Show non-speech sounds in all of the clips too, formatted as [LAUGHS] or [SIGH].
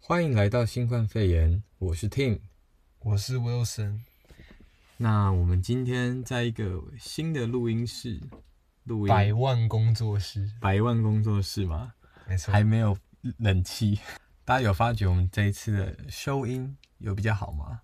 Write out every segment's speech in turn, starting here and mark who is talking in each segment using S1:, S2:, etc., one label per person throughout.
S1: 欢迎来到新冠肺炎，我是 Tim。
S2: 我是 Wilson，
S1: 那我们今天在一个新的录音室，录音
S2: 百万工作室，
S1: 百万工作室嘛，
S2: 没错，
S1: 还没有冷气。 [LAUGHS] 大家有发觉我们这一次的收音有比较好吗？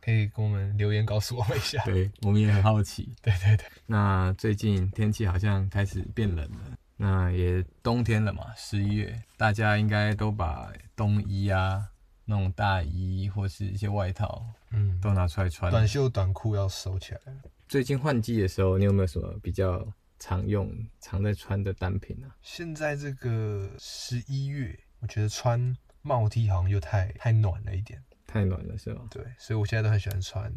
S2: 可以给我们留言告诉我们一下。
S1: 对，我们也很好 [LAUGHS] 奇。
S2: 对对对，
S1: 那最近天气好像开始变冷了，那也冬天了嘛，十一月，大家应该都把冬衣啊、那种大衣或是一些外套
S2: 嗯，
S1: 都拿出来穿。
S2: 短袖短裤要收起来了。
S1: 最近换季的时候，你有没有什么比较常用、常在穿的单品啊？
S2: 现在这个十一月，我觉得穿帽 T 好像又太太暖了一点，
S1: 太暖了是吧？
S2: 对，所以我现在都很喜欢穿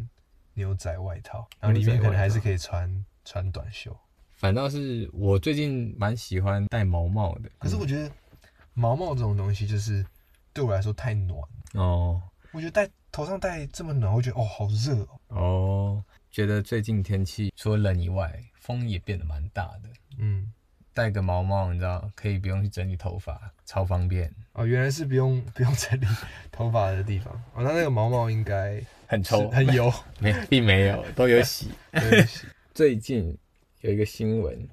S2: 牛仔外套，然后里面可能还是可以穿穿短袖。
S1: 反倒是我最近蛮喜欢戴毛帽的。
S2: 可是我觉得毛毛这种东西就是对我来说太暖了，
S1: 哦
S2: 我觉得戴头上戴这么暖，我觉得哦好热哦。
S1: 哦，觉得最近天气除了冷以外，风也变得蛮大的。
S2: 嗯，
S1: 戴个毛帽，你知道，可以不用去整理头发，超方便，
S2: 哦，原来是不用 [LAUGHS] 不用整理头发的地方。哦，那那个毛毛应该是
S1: 很臭，
S2: 很油。
S1: [LAUGHS] 没并没有，都有洗。
S2: 对
S1: 最近有一个新闻，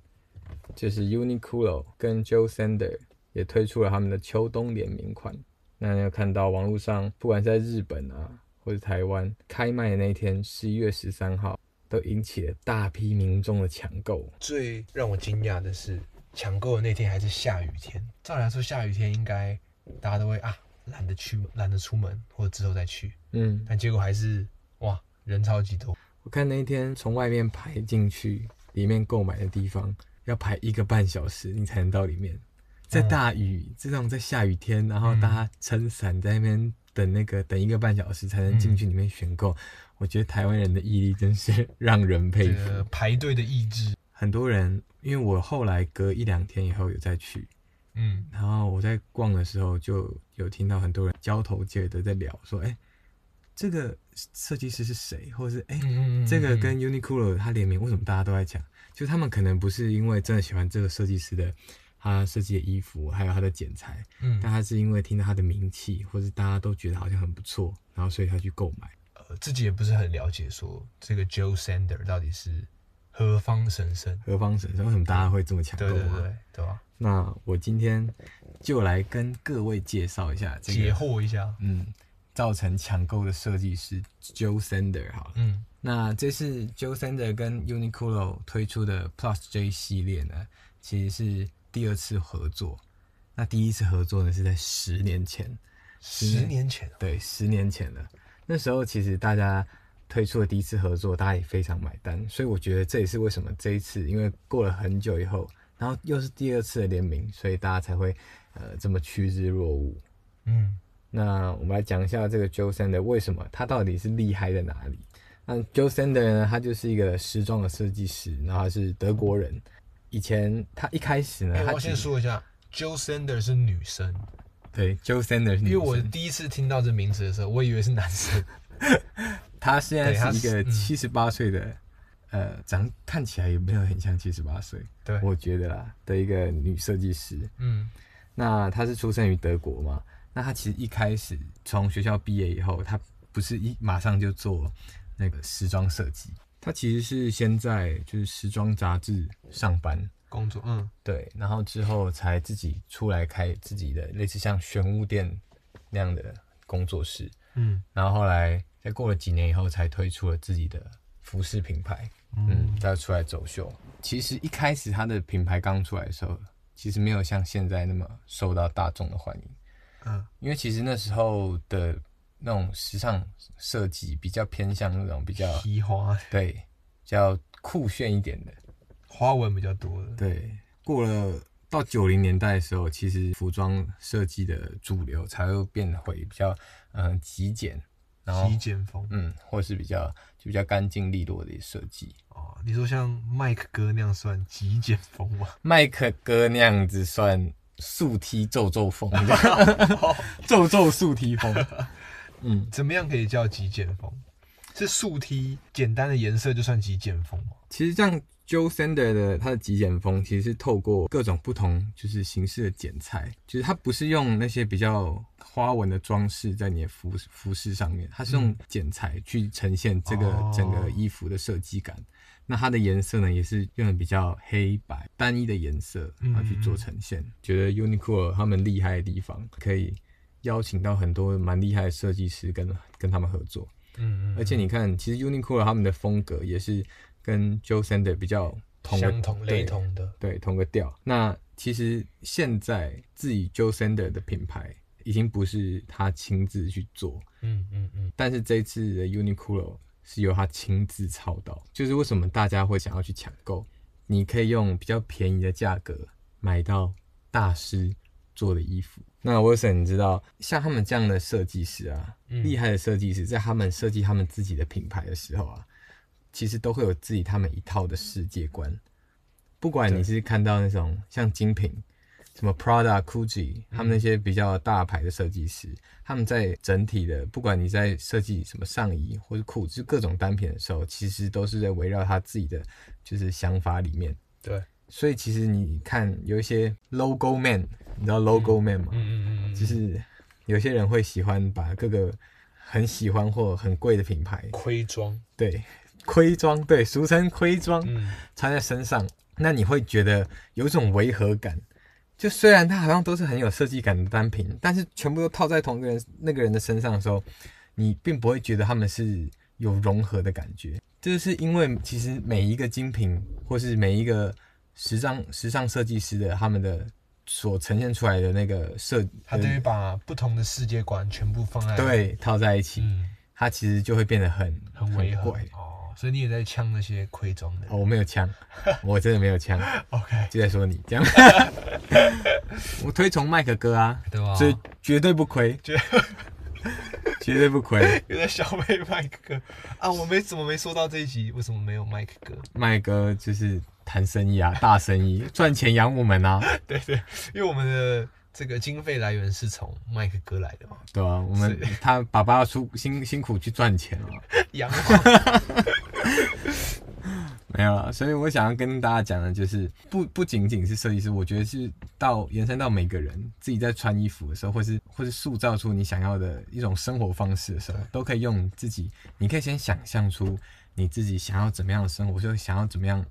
S1: 就是 Uniqlo 跟 Joe Sander 也推出了他们的秋冬联名款。那你有看到网络上，不管是在日本啊，或者台湾开卖的那一天，十一月十三号，都引起了大批民众的抢购。
S2: 最让我惊讶的是，抢购的那天还是下雨天。照理来说，下雨天应该大家都会啊，懒得去，懒得出门，或者之后再去。
S1: 嗯，
S2: 但结果还是哇，人超级多。
S1: 我看那一天从外面排进去，里面购买的地方要排一个半小时，你才能到里面。在大雨，这种在下雨天，然后大家撑伞在那边等那个等一个半小时才能进去里面选购，我觉得台湾人的毅力真是 [LAUGHS] 让人佩
S2: 这
S1: 服。
S2: 个排队的意志，
S1: 很多人，因为我后来隔一两天以后有再去，
S2: 嗯，
S1: 然后我在逛的时候就有听到很多人交头接耳的在聊说，哎、这个设计师是谁，或者是哎、
S2: 嗯
S1: 这个跟 Uniqlo 它联名，为什么大家都在讲？就他们可能不是因为真的喜欢这个设计师的他设计的衣服，还有他的剪裁，
S2: 嗯
S1: 但他是因为听到他的名气，或是大家都觉得好像很不错，然后所以他去购买。
S2: 呃自己也不是很了解说，这个 Joe Sander 到底是何方神圣？
S1: 何方神圣？为什么大家会这么抢购、啊？
S2: 对对对，对吧？
S1: 那我今天就来跟各位介绍一下这
S2: 解
S1: 个，
S2: 惑一下，
S1: 嗯，造成抢购的设计师 Joe Sander 好了。
S2: 嗯。
S1: 那这次 Joe Sander 跟 Uniqlo 推出的 Plus J 系列呢，其实是第二次合作。那第一次合作呢是在十年前，
S2: 十年前哦，
S1: 对，十年前了。那时候其实大家推出的第一次合作，大家也非常买单，所以我觉得这也是为什么这一次，因为过了很久以后，然后又是第二次的联名，所以大家才会呃这么趋之若鹜。
S2: 嗯，
S1: 那我们来讲一下这个 Joe Sander 为什么他到底是厉害在哪里？那 Joe Sander 呢，他就是一个时装的设计师，然后他是德国人。以前他一开始呢，
S2: 哎、
S1: 他
S2: 我先
S1: 其实
S2: 说一下，Joe Sander 是女生，
S1: 对 Joe Sander，是
S2: 因
S1: 女
S2: 为我
S1: 生
S2: 第一次听到这名字的时候，我以为是男生。
S1: 他现在
S2: 对他
S1: 是一个
S2: 是嗯
S1: 七十八岁的，呃，长看起来也没有很像七十八岁，
S2: [LAUGHS] 对，
S1: 我觉得啦的一个女设计师。
S2: 嗯
S1: 那她是出生于德国嘛？那她其实一开始从学校毕业以后，她不是一马上就做那个时装设计，她其实是先在就是时装杂志上班，
S2: 工作，嗯
S1: 对，然后之后才自己出来开自己的类似像玄武店那样的工作室，
S2: 嗯
S1: 然后后来再过了几年以后，才推出了自己的服饰品牌，嗯，再出来走秀。其实一开始他的品牌刚出来的时候，其实没有像现在那么受到大众的欢迎，
S2: 嗯
S1: 因为其实那时候的那种时尚设计比较偏向那种比较
S2: 提花
S1: 对比较酷炫一点的。
S2: 花纹比较多的，
S1: 对，过了到九零年代的时候，其实服装设计的主流才会变回比较嗯、呃极简，然后
S2: 极简风。
S1: 嗯，或是比较就比较干净利落的设计。
S2: 哦，你说像麦克哥那样算极简风吗？ [LAUGHS]
S1: 麦克哥那样子算竖踢皱皱风，你知道吗 [LAUGHS] 皱皱竖踢风。嗯，
S2: 怎么样可以叫极简风？是竖梯简单的颜色就算极简风吗？
S1: 其实这样 Joe Sander 的他的极简风其实是透过各种不同就是形式的剪裁，就是他不是用那些比较花纹的装饰在你的服服饰上面，他是用剪裁去呈现这个
S2: 哦
S1: 整个衣服的设计感。那它的颜色呢，也是用的比较黑白单一的颜色，然后去做呈现。觉得 Uniqlo 他们厉害的地方，可以邀请到很多蛮厉害的设计师跟跟他们合作。
S2: 嗯嗯，
S1: 而且你看，其实 Uniqlo 他们的风格也是跟 Joe Sander 比较同个
S2: 相同
S1: 对
S2: 雷同的，
S1: 对同个调。那其实现在自己 Joe Sander 的品牌已经不是他亲自去做，
S2: 嗯嗯嗯，
S1: 但是这一次的 Uniqlo 是由他亲自操刀，就是为什么大家会想要去抢购？你可以用比较便宜的价格买到大师做的衣服。那 Wilson，你知道像他们这样的设计师啊，
S2: 嗯
S1: 厉害的设计师，在他们设计他们自己的品牌的时候啊，其实都会有自己他们一套的世界观。不管你是看到那种像精品，什么 Prada、Gucci，他们那些比较大牌的设计师，他们在整体的，不管你在设计什么上衣或者裤子各种单品的时候，其实都是在围绕他自己的就是想法里面。
S2: 对，
S1: 所以其实你看有一些 logo man，你知道 logo man 吗？
S2: 嗯嗯嗯，
S1: 就是有些人会喜欢把各个很喜欢或很贵的品牌，
S2: 盔装，
S1: 对， [LAUGHS] 盔装，对，俗称盔装，
S2: 嗯，
S1: 穿在身上，那你会觉得有一种违和感。就虽然它好像都是很有设计感的单品，但是全部都套在同一个人那个人的身上的时候，你并不会觉得他们是有融合的感觉。这是因为其实每一个精品或是每一个时尚时尚设计师的他们的所呈现出来的那个设，嗯
S2: 他等于把不同的世界观全部放在，，
S1: 对套在一起，
S2: 嗯，
S1: 它其实就会变得很
S2: 很违和
S1: 怪。
S2: 哦，所以你也在呛那些盔装的
S1: 哦，我没有枪，我真的没有枪。
S2: ，OK，
S1: 就在说你这样。 [LAUGHS] 我推崇麦克哥啊，
S2: 对吧？
S1: 所以绝对不亏，
S2: 绝
S1: [LAUGHS] 绝对不亏。
S2: 有点小妹麦克哥啊，我没怎么没说到这一集，为什么没有麦克哥？
S1: 麦克哥就是谈生意啊，大生意，赚钱养我们啊，
S2: 对对，因为我们的这个经费来源是从麦克哥来的嘛，
S1: 对啊，我们他爸爸出辛辛苦去赚钱啊，
S2: 养我。
S1: 没有了。所以我想要跟大家讲的就是，不不仅仅是设计师，我觉得是到延伸到每个人自己在穿衣服的时候，或是或是塑造出你想要的一种生活方式的时候，都可以用自己，你可以先想象出你自己想要怎么样的生活，就想要怎么样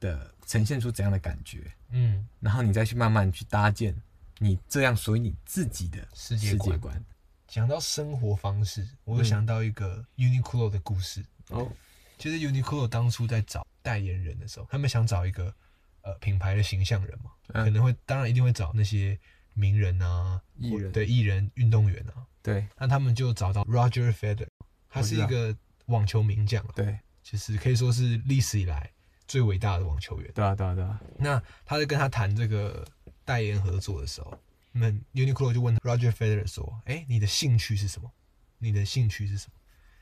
S1: 的呈现出怎样的感觉，
S2: [LAUGHS] 嗯，
S1: 然后你再去慢慢去搭建你这样属于你自己的
S2: 世界
S1: 世
S2: 观
S1: 界观。
S2: 讲到生活方式，我又想到一个 Uniqlo 的故事。
S1: 哦，
S2: 就是 Uniqlo 当初在找代言人的时候，他们想找一个呃品牌的形象人嘛，
S1: 嗯
S2: 可能会当然一定会找那些名人啊、
S1: 艺人
S2: 或对艺人、运动员啊。
S1: 对
S2: 那他们就找到 Roger Federer，他是一
S1: 我知
S2: 个网球名将啊，
S1: 对
S2: 就是可以说是历史以来最伟大的网球员。
S1: 对啊对啊对啊，
S2: 那他在跟他谈这个代言合作的时候，那 Uniqlo 就问 Roger Federer 说：“哎、你的兴趣是什么？你的兴趣是什么？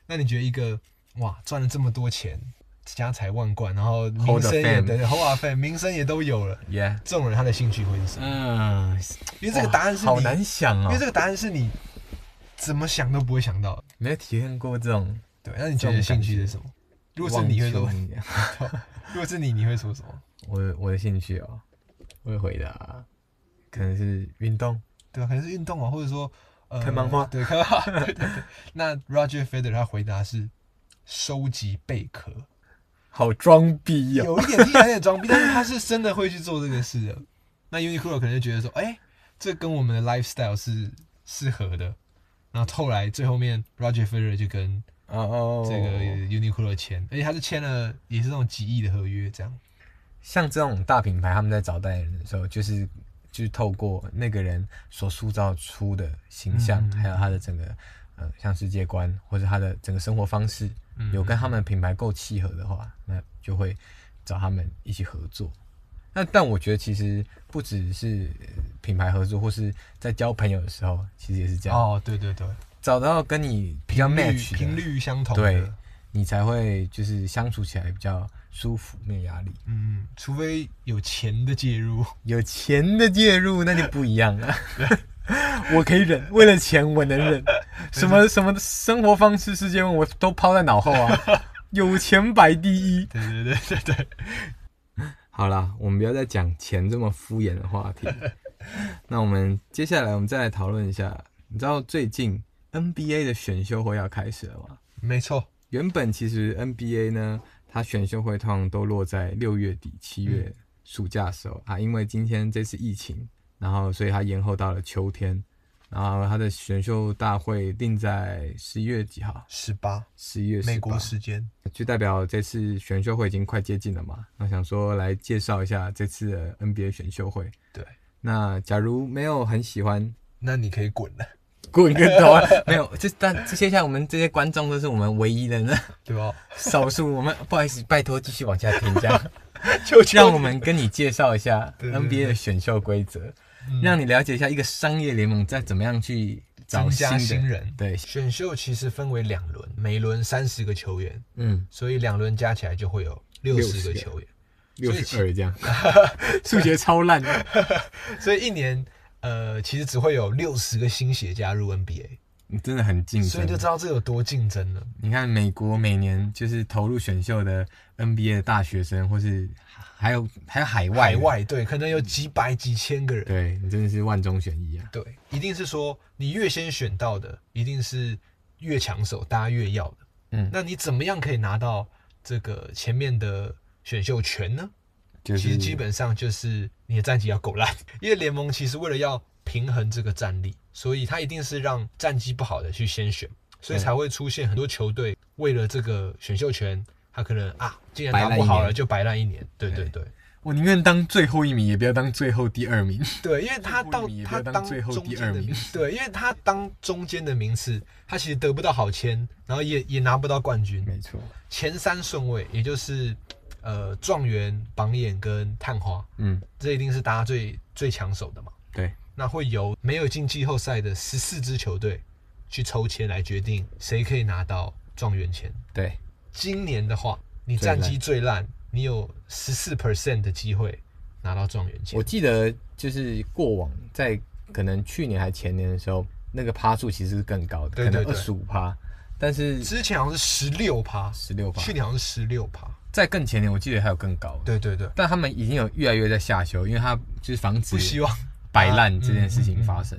S2: 那你觉得一个哇赚了这么多钱，家财万贯，然后名
S1: Hold the
S2: 声也
S1: fame
S2: 对 hold 啊 fame，名声也都有了，
S1: 耶、
S2: 这种人他的兴趣会是什么？
S1: 嗯，
S2: 因为这个答案是你，
S1: 好难想哦
S2: 因为，这个答案是你怎么想都不会想到的。
S1: 没有体验过这种。
S2: 对，那你觉得兴趣是什么？如果是你会说，
S1: 忘记了
S2: 如果是你，你会说什么？
S1: 我的我的兴趣哦，我会回答，可能是运动。
S2: 对啊，可能是运动啊，或者说呃
S1: 看漫画
S2: 对，看 [LAUGHS] 漫画。对对对。那 Roger Federer 他回答是收集贝壳，
S1: 好装逼哦！
S2: 有一点听起来有点装逼，但 [LAUGHS] 是他是真的会去做这个事的。那 Uniqlo 可能就觉得说，哎、这跟我们的 lifestyle 是适合的。然后后来最后面 Roger Federer 就跟
S1: 哦哦，
S2: 这个 Uniqlo 签，而且他是签了也是那种几亿的合约，这样。
S1: 像这种大品牌，他们在找代言人的时候，就是就是透过那个人所塑造出的形象，
S2: 嗯嗯嗯
S1: 还有他的整个呃像世界观或者他的整个生活方式，
S2: 嗯
S1: 有跟他们品牌够契合的话，那就会找他们一起合作。那但我觉得其实不只是呃品牌合作，或是在交朋友的时候，其实也是这样。
S2: 哦，对对对，
S1: 找到跟你比较
S2: 频率
S1: match 的
S2: 频，率相同的。
S1: 对你才会就是相处起来比较舒服，没有压力。
S2: 嗯，除非有钱的介入。
S1: 有钱的介入那就不一样
S2: [LAUGHS]
S1: 了。我可以忍，为了钱我能忍，什么什么生活方式、世界观我都抛在脑后啊。有钱摆第一，
S2: 对对对对对，
S1: 好啦，我们不要再讲钱这么敷衍的话
S2: [LAUGHS]
S1: 题。那我们接下来我们再来讨论一下，你知道最近 NBA 的选秀会要开始了吗？
S2: 没错，
S1: 原本其实 NBA 呢，它选秀会通常都落在六月底、七
S2: 嗯
S1: 月暑假的时候、啊，因为今天这次疫情，然后所以它延后到了秋天，然后它的选秀大会定在十一月几号？
S2: 十八，
S1: 十一月
S2: 美
S1: 十
S2: 国
S1: 八。
S2: 时间，
S1: 就代表这次选秀会已经快接近了嘛。那想说来介绍一下这次的 NBA 选秀会。
S2: 对，
S1: 那假如没有很喜欢，
S2: 那你可以滚了，
S1: 滚个头啊！没有，这但这些像我们这些观众都是我们唯一的呢，
S2: 对
S1: [LAUGHS]
S2: 吧？
S1: 少数。我们不好意思，拜托继续往下听，这
S2: [LAUGHS]
S1: 样
S2: 就
S1: 让我们跟你介绍一下
S2: 对对嗯对
S1: NBA 的选秀规则，让你了解一下一个商业联盟在怎么样去找
S2: 增加
S1: 新的
S2: 新人
S1: 对，
S2: 选秀其实分为两轮，每轮三十个球员，
S1: 嗯，
S2: 所以两轮加起来就会有六十
S1: 60
S2: 个
S1: 个
S2: 球员。
S1: 六
S2: 所以
S1: 十二
S2: [LAUGHS]
S1: 这样，数学超烂的。
S2: 所以一年，呃，其实只会有六十个新血加入 NBA，
S1: 你真的很竞争，
S2: 所以就知道这有多竞争了。
S1: 你看美国每年就是投入选秀的 NBA 的大学生，或是还有还有海外
S2: 海
S1: 的，
S2: 外对，可能有几百几千个人，
S1: 对你真的是万中选一啊！
S2: 对，一定是说你越先选到的，一定是越抢手，大家越要的。
S1: 嗯
S2: 那你怎么样可以拿到这个前面的选秀权呢？
S1: 就
S2: 其
S1: 是
S2: 实基本上就是你的战绩要够烂， [LAUGHS] 因为联盟其实为了要平衡这个战力，所以他一定是让战绩不好的去先选，所以才会出现很多球队为了这个选秀权，他可能啊，既然
S1: 白
S2: 拿
S1: 烂
S2: 不
S1: 一
S2: 好
S1: 年
S2: 了就白烂一年。对对对
S1: 我宁愿当最后一名，也不要当最后第二名。
S2: 对，因为他到
S1: 不如你
S2: 他
S1: 不要当
S2: 当
S1: 最后
S2: 中
S1: 第
S2: 间
S1: 二
S2: 的
S1: 名 [LAUGHS]
S2: 名，对，因为他当中间的名次，他其实得不到好签，然后也也拿不到冠军，
S1: 没错，
S2: 前三顺位也就是呃状元、榜眼跟探花，
S1: 嗯，
S2: 这一定是大家最最抢手的嘛。
S1: 对，
S2: 那会由没有进季后赛的十四支球队去抽签来决定谁可以拿到状元签。
S1: 对，
S2: 今年的话，你战绩最烂，你有十四 percent 的机会拿到状元
S1: 我
S2: 签。
S1: 记得就是过往在可能去年还前年的时候，那个趴数其实是更高的，
S2: 对
S1: 可能
S2: 对
S1: 二
S2: 对
S1: 十五趴，但是
S2: 之前好像是十六趴，
S1: 十六趴
S2: 去，年好像是十六趴。
S1: 在更前年我记得还有更高的。
S2: 对对对，
S1: 但他们已经有越来越在下修，因为他就是防止
S2: 不希望
S1: 摆烂这件
S2: 嗯
S1: 事情发生。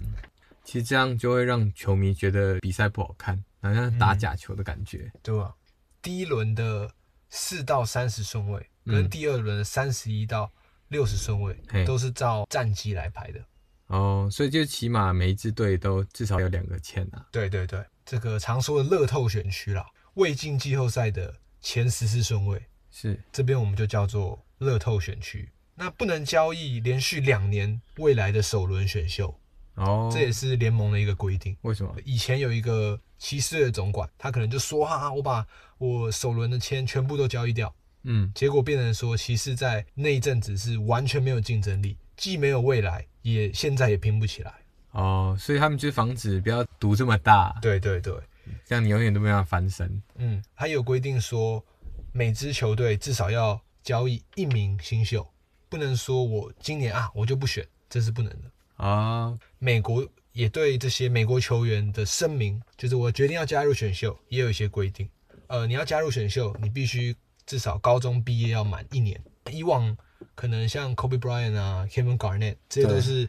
S1: 其实这样就会让球迷觉得比赛不好看，好像打假球的感觉。
S2: 对吧？第一轮的四到三十顺位，跟
S1: 嗯
S2: 第二轮三十一到六十顺位
S1: 嘿
S2: 都是照战绩来排的。
S1: 哦，所以就起码每一支队都至少有两个签啊。
S2: 对对对，这个常说的乐透选区啦，未进季后赛的前十四顺位，
S1: 是，
S2: 这边我们就叫做乐透选区。那不能交易连续两年未来的首轮选秀，
S1: 哦，
S2: 这也是联盟的一个规定。
S1: 为什么？
S2: 以前有一个骑士队的总管，他可能就说哈、我把我首轮的签全部都交易掉，
S1: 嗯，
S2: 结果变成说骑士在那一阵子是完全没有竞争力，既没有未来，也现在也拼不起来。
S1: 哦，所以他们就是防止不要赌这么大，
S2: 对对对，
S1: 这样你永远都没办法翻身。
S2: 嗯，还有规定说，每支球队至少要交易一名新秀，不能说我今年啊我就不选，这是不能的。
S1: 哦，
S2: 美国也对这些美国球员的声明，就是我决定要加入选秀，也有一些规定。呃，你要加入选秀，你必须至少高中毕业要满一年。以往可能像 Kobe Bryant 啊、Kevin Garnett 这些
S1: 对
S2: 都是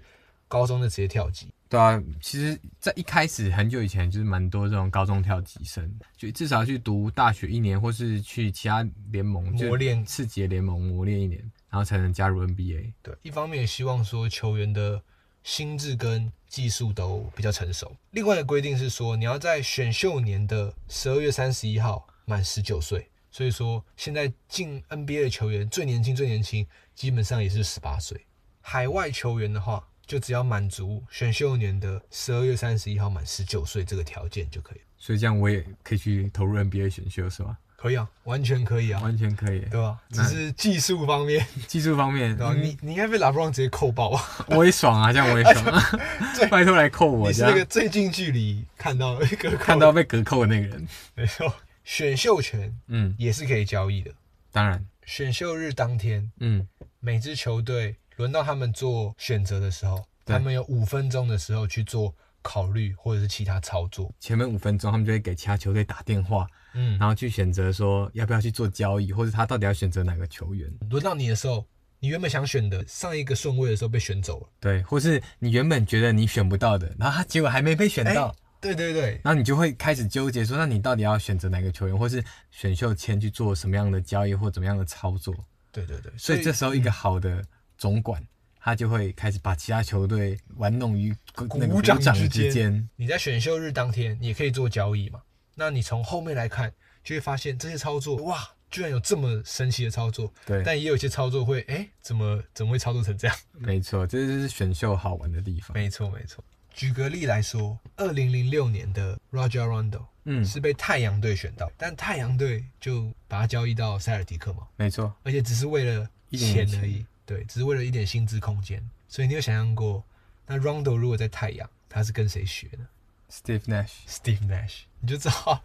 S2: 高中的直接跳级，
S1: 对啊，其实，在一开始很久以前，就是蛮多这种高中跳级生，就至少去读大学一年，或是去其他联盟就
S2: 磨练
S1: 次级的联盟磨练一年，然后才能加入 NBA。
S2: 对，一方面也希望说球员的心智跟技术都比较成熟。另外的规定是说，你要在选秀年的十二月三十一号满十九岁。所以说，现在进 NBA 的球员最年轻最年轻，基本上也是十八岁。海外球员的话，就只要满足选秀年的十二月三十一号满十九岁这个条件就可以了。
S1: 所以这样我也可以去投入 NBA 选秀是吧？
S2: 可以啊，完全可以啊，
S1: 完全可以。
S2: 对吧？只是技术方面，
S1: 技术方面，
S2: 对吧？啊你你应该被 LeBron 直接扣爆啊！
S1: 我也爽啊，这样我也爽、啊。 [LAUGHS] 拜托来扣我，
S2: 哎你是
S1: 这
S2: 那个
S1: 样
S2: 最近距离看到一个
S1: 看到被隔扣的那个人。
S2: 没错，选秀权
S1: 嗯，
S2: 也是可以交易的。
S1: 当然，
S2: 选秀日当天，
S1: 嗯，
S2: 每支球队轮到他们做选择的时候，
S1: 对
S2: 他们有五分钟的时候去做考虑或者是其他操作。
S1: 前面五分钟他们就会给其他球队打电话，
S2: 嗯，
S1: 然后去选择说要不要去做交易，或者他到底要选择哪个球员。
S2: 轮到你的时候，你原本想选的上一个顺位的时候被选走了。
S1: 对，或是你原本觉得你选不到的，然后他结果还没被选到，
S2: 哎对对对，
S1: 然后你就会开始纠结说，那你到底要选择哪个球员，或是选秀签去做什么样的交易或怎么样的操作？
S2: 对对对，
S1: 所以这时候一
S2: 嗯
S1: 个好的总管，他就会开始把其他球队玩弄于那个
S2: 鼓掌
S1: 掌
S2: 之
S1: 之间。
S2: 你在选秀日当天也可以做交易嘛。那你从后面来看，就会发现这些操作，哇，居然有这么神奇的操作。
S1: 对
S2: 但也有一些操作会，哎，怎么怎么会操作成
S1: [LAUGHS]
S2: 这样？
S1: 没错，这就是选秀好玩的地方。
S2: 没错没错。举个例来说，二零零六年的 Roger Rondo
S1: 嗯，
S2: 是被太阳队选到，但太阳队就把他交易到塞尔提克嘛，
S1: 没错，
S2: 而且只是为了
S1: 一点
S2: 钱
S1: 钱
S2: 而已，对，只是为了一点薪资空间。所以你有想象过，那 Rondo 如果在太阳，他是跟谁学呢？
S1: Steve Nash。
S2: Steve Nash，你 [LAUGHS] 就知道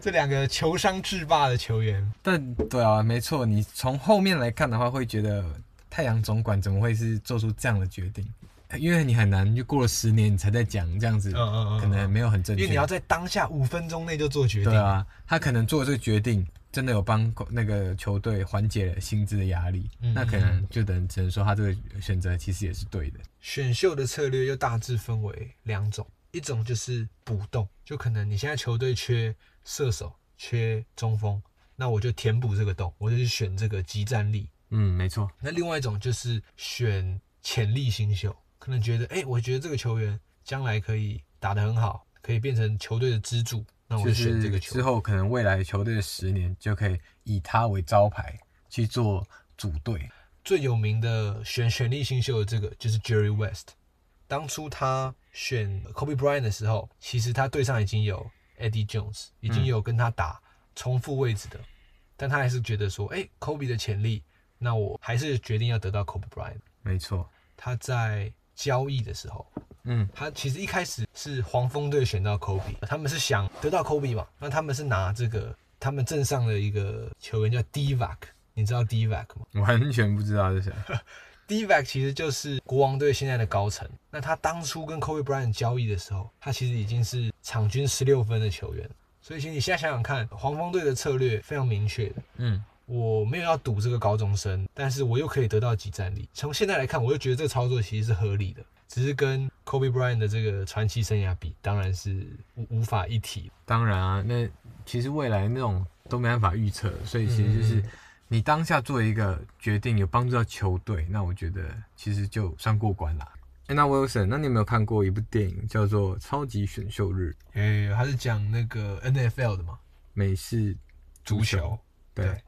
S2: 这两个球商制霸的球员，
S1: 但对啊，没错，你从后面来看的话，会觉得太阳总管怎么会是做出这样的决定？因为你很难，就过了十年你才在讲这样子，
S2: 嗯嗯嗯
S1: 可能没有很正
S2: 因
S1: 确。
S2: 为你要在当下五分钟内就做决定。
S1: 对啊，他可能做这个决定，真的有帮那个球队缓解了薪资的压力，
S2: 嗯
S1: 那可能就等只能说他这个选择其实也是对的。
S2: 选秀的策略又大致分为两种，一种就是补洞，就可能你现在球队缺射手、缺中锋，那我就填补这个洞，我就去选这个集战力。
S1: 嗯，没错，
S2: 那另外一种就是选潜力新秀，可能觉得，哎、我觉得这个球员将来可以打得很好，可以变成球队的支柱，那我
S1: 就
S2: 就选这
S1: 是
S2: 个球
S1: 之
S2: 员。
S1: 后可能未来球队的十年就可以以他为招牌去做组队。
S2: 最有名的选选力新秀的这个就是 Jerry West。当初他选 Kobe Bryant 的时候，其实他队上已经有 Eddie Jones，已经有跟他打重复位置的，但他还是觉得说，哎、k o b e 的潜力，那我还是决定要得到 Kobe Bryant。
S1: 没错，
S2: 他在交易的时候，
S1: 嗯，
S2: 他其实一开始是黄蜂队选到 Kobe，他们是想得到 Kobe 嘛，那他们是拿这个他们镇上的一个球员叫 Divac，你知道 Divac 吗？
S1: 完全不知道是谁。
S2: Divac 其实就是国王队现在的高层。那他当初跟 Kobe Bryant 交易的时候，他其实已经是场均十六分的球员了。所以其实你现在想想看，黄蜂队的策略非常明确的，
S1: [LAUGHS] 嗯，
S2: 我没有要赌这个高中生，但是我又可以得到集战力。从现在来看，我就觉得这个操作其实是合理的，只是跟 Kobe Bryant 的这个传奇生涯比，当然是无无法一提。
S1: 当然啊，那其实未来那种都没办法预测，所以其实就是
S2: 嗯
S1: 你当下做一个决定，有帮助到球队，那我觉得其实就算过关啦。哎，那 Wilson，那你有没有看过一部电影叫做《超级选秀日》？
S2: 诶，他是讲那个 NFL 的嘛，
S1: 美式
S2: 足球，
S1: 对。
S2: 对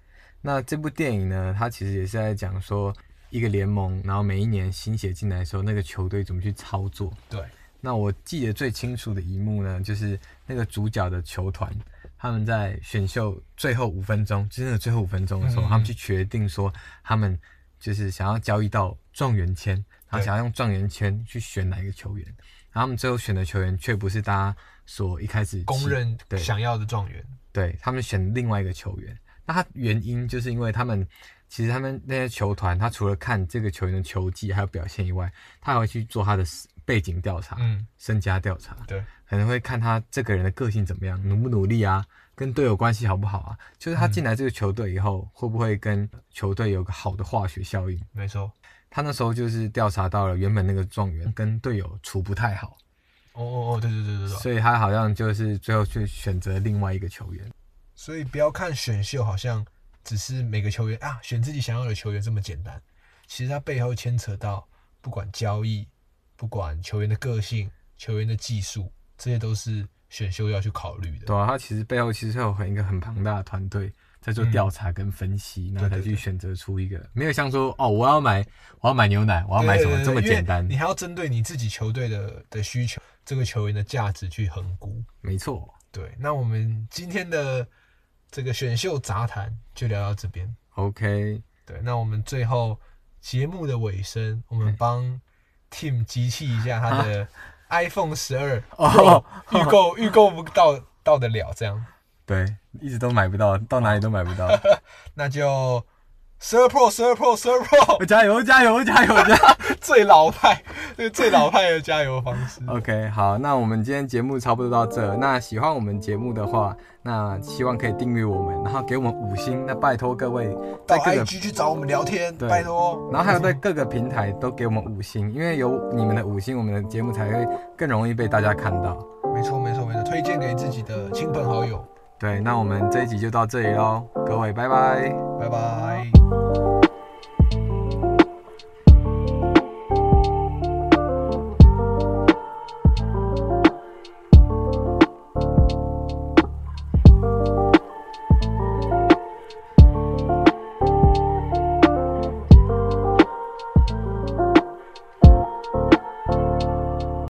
S1: 那这部电影呢，它其实也是在讲说一个联盟，然后每一年新血进来的时候，那个球队怎么去操作。
S2: 对，
S1: 那我记得最清楚的一幕呢，就是那个主角的球团，他们在选秀最后五分钟，就是那个最后五分钟的时候，
S2: 嗯
S1: 他们去决定说，他们就是想要交易到状元签，然后想要用状元签去选哪一个球员，然后他们最后选的球员却不是大家所一开始
S2: 公
S1: 期
S2: 认
S1: 对
S2: 想要的状元。
S1: 对他们选另外一个球员。那他原因就是因为他们其实他们那些球团，他除了看这个球员的球技还有表现以外，他还会去做他的背景调查、
S2: 嗯，
S1: 身家调查，
S2: 对。
S1: 可能会看他这个人的个性怎么样，努不努力啊，跟队友关系好不好啊，就是他进来这个球队以后，会不会跟球队有个好的化学效应。
S2: 没错。
S1: 他那时候就是调查到了原本那个状元
S2: 嗯
S1: 跟队友处不太好，
S2: 哦哦哦，对对对对对。所以
S1: 所以他好像就是最后去选择另外一个球员。
S2: 不要看选秀好像只是每个球员啊选自己想要的球员这么简单，其实它背后牵扯到不管交易，不管球员的个性、球员的技术，这些都是选秀要去考虑的。
S1: 对啊，他其实背后其实有很一个很庞大的团队在做调查跟分析，然后才
S2: 嗯对对
S1: 去
S2: 对
S1: 选择出一个没有像说哦，我要买我要买牛奶，我要买什么
S2: 对对对
S1: 这么
S2: 因为
S1: 简单
S2: 你。还要针对你自己球队的的需求，这个球员的价值去衡估。
S1: 没错，
S2: 对，那我们今天的这个选秀杂谈就聊到这边。
S1: OK，
S2: 对，那我们最后节目的尾声，我们
S1: 嗯
S2: 帮 Tim 集气一下他的 iPhone 十二
S1: 啊哦
S2: 预购预购不到到得了这样，
S1: 对，一直都买不到，到哪里都买不到。
S2: 那就 Sir Pro Sir Pro Sir
S1: [LAUGHS]
S2: Pro [LAUGHS]
S1: 加油加油加油 [LAUGHS] 加油
S2: 最老派，对最老派的加油方式。
S1: ！OK，好，那我们今天节目差不多到这。那喜欢我们节目的话，那希望可以订阅我们，然后给我们五星。那拜托各位
S2: 到
S1: 在各个
S2: IG 去找我们聊天，
S1: 对
S2: 拜托。
S1: 然后还有在各个平台都给我们五星，因为有你们的五星，我们的节目才会更容易被大家看到。
S2: 没错没错没错，推荐给自己的亲朋好友，
S1: 对，那我们这一集就到这里喽，各位拜拜。
S2: 拜拜。